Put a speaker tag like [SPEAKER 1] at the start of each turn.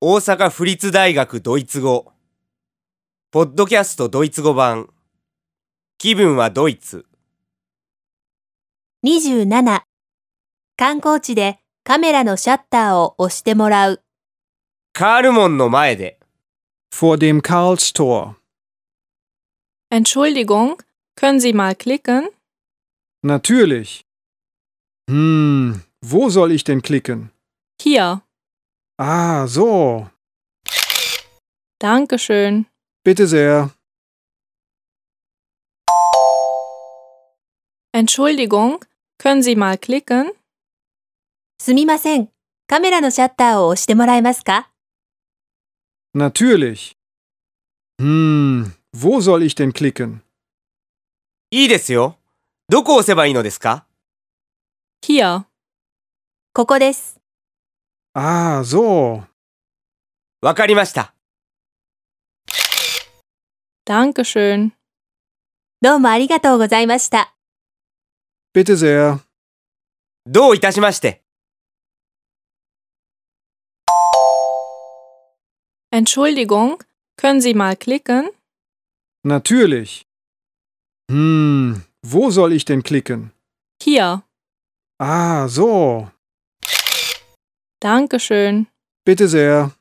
[SPEAKER 1] 大阪府立大学ドイツ語ポッドキャストドイツ語版気分はドイツ
[SPEAKER 2] 27観光地でカメラのシャッターを押してもらう
[SPEAKER 1] カールモンの前で
[SPEAKER 3] Vor dem Karlstor.
[SPEAKER 4] Entschuldigung, können Sie mal klicken?
[SPEAKER 3] Natürlich. Hm, wo soll ich denn klicken?
[SPEAKER 4] Hier.
[SPEAKER 3] Ah, so.
[SPEAKER 4] Dankeschön.
[SPEAKER 3] Bitte sehr.
[SPEAKER 4] Entschuldigung, können Sie mal klicken?
[SPEAKER 2] すみませんカメラのシャッターを押してもらえますか
[SPEAKER 3] Natürlich. Hm, wo soll ich denn klicken?
[SPEAKER 1] いいですよどこを押せばいいのですか
[SPEAKER 4] Hier.
[SPEAKER 2] ここです
[SPEAKER 3] Ah, so.
[SPEAKER 1] わかりました
[SPEAKER 4] Dankeschön.
[SPEAKER 2] どうもありがとうございました
[SPEAKER 3] Bitte sehr.
[SPEAKER 1] どういたしまして
[SPEAKER 4] Entschuldigung, können Sie mal klicken?
[SPEAKER 3] Natürlich. Hm, wo soll ich denn klicken?
[SPEAKER 4] Hier.
[SPEAKER 3] Ah, so.
[SPEAKER 4] Dankeschön.
[SPEAKER 3] Bitte sehr.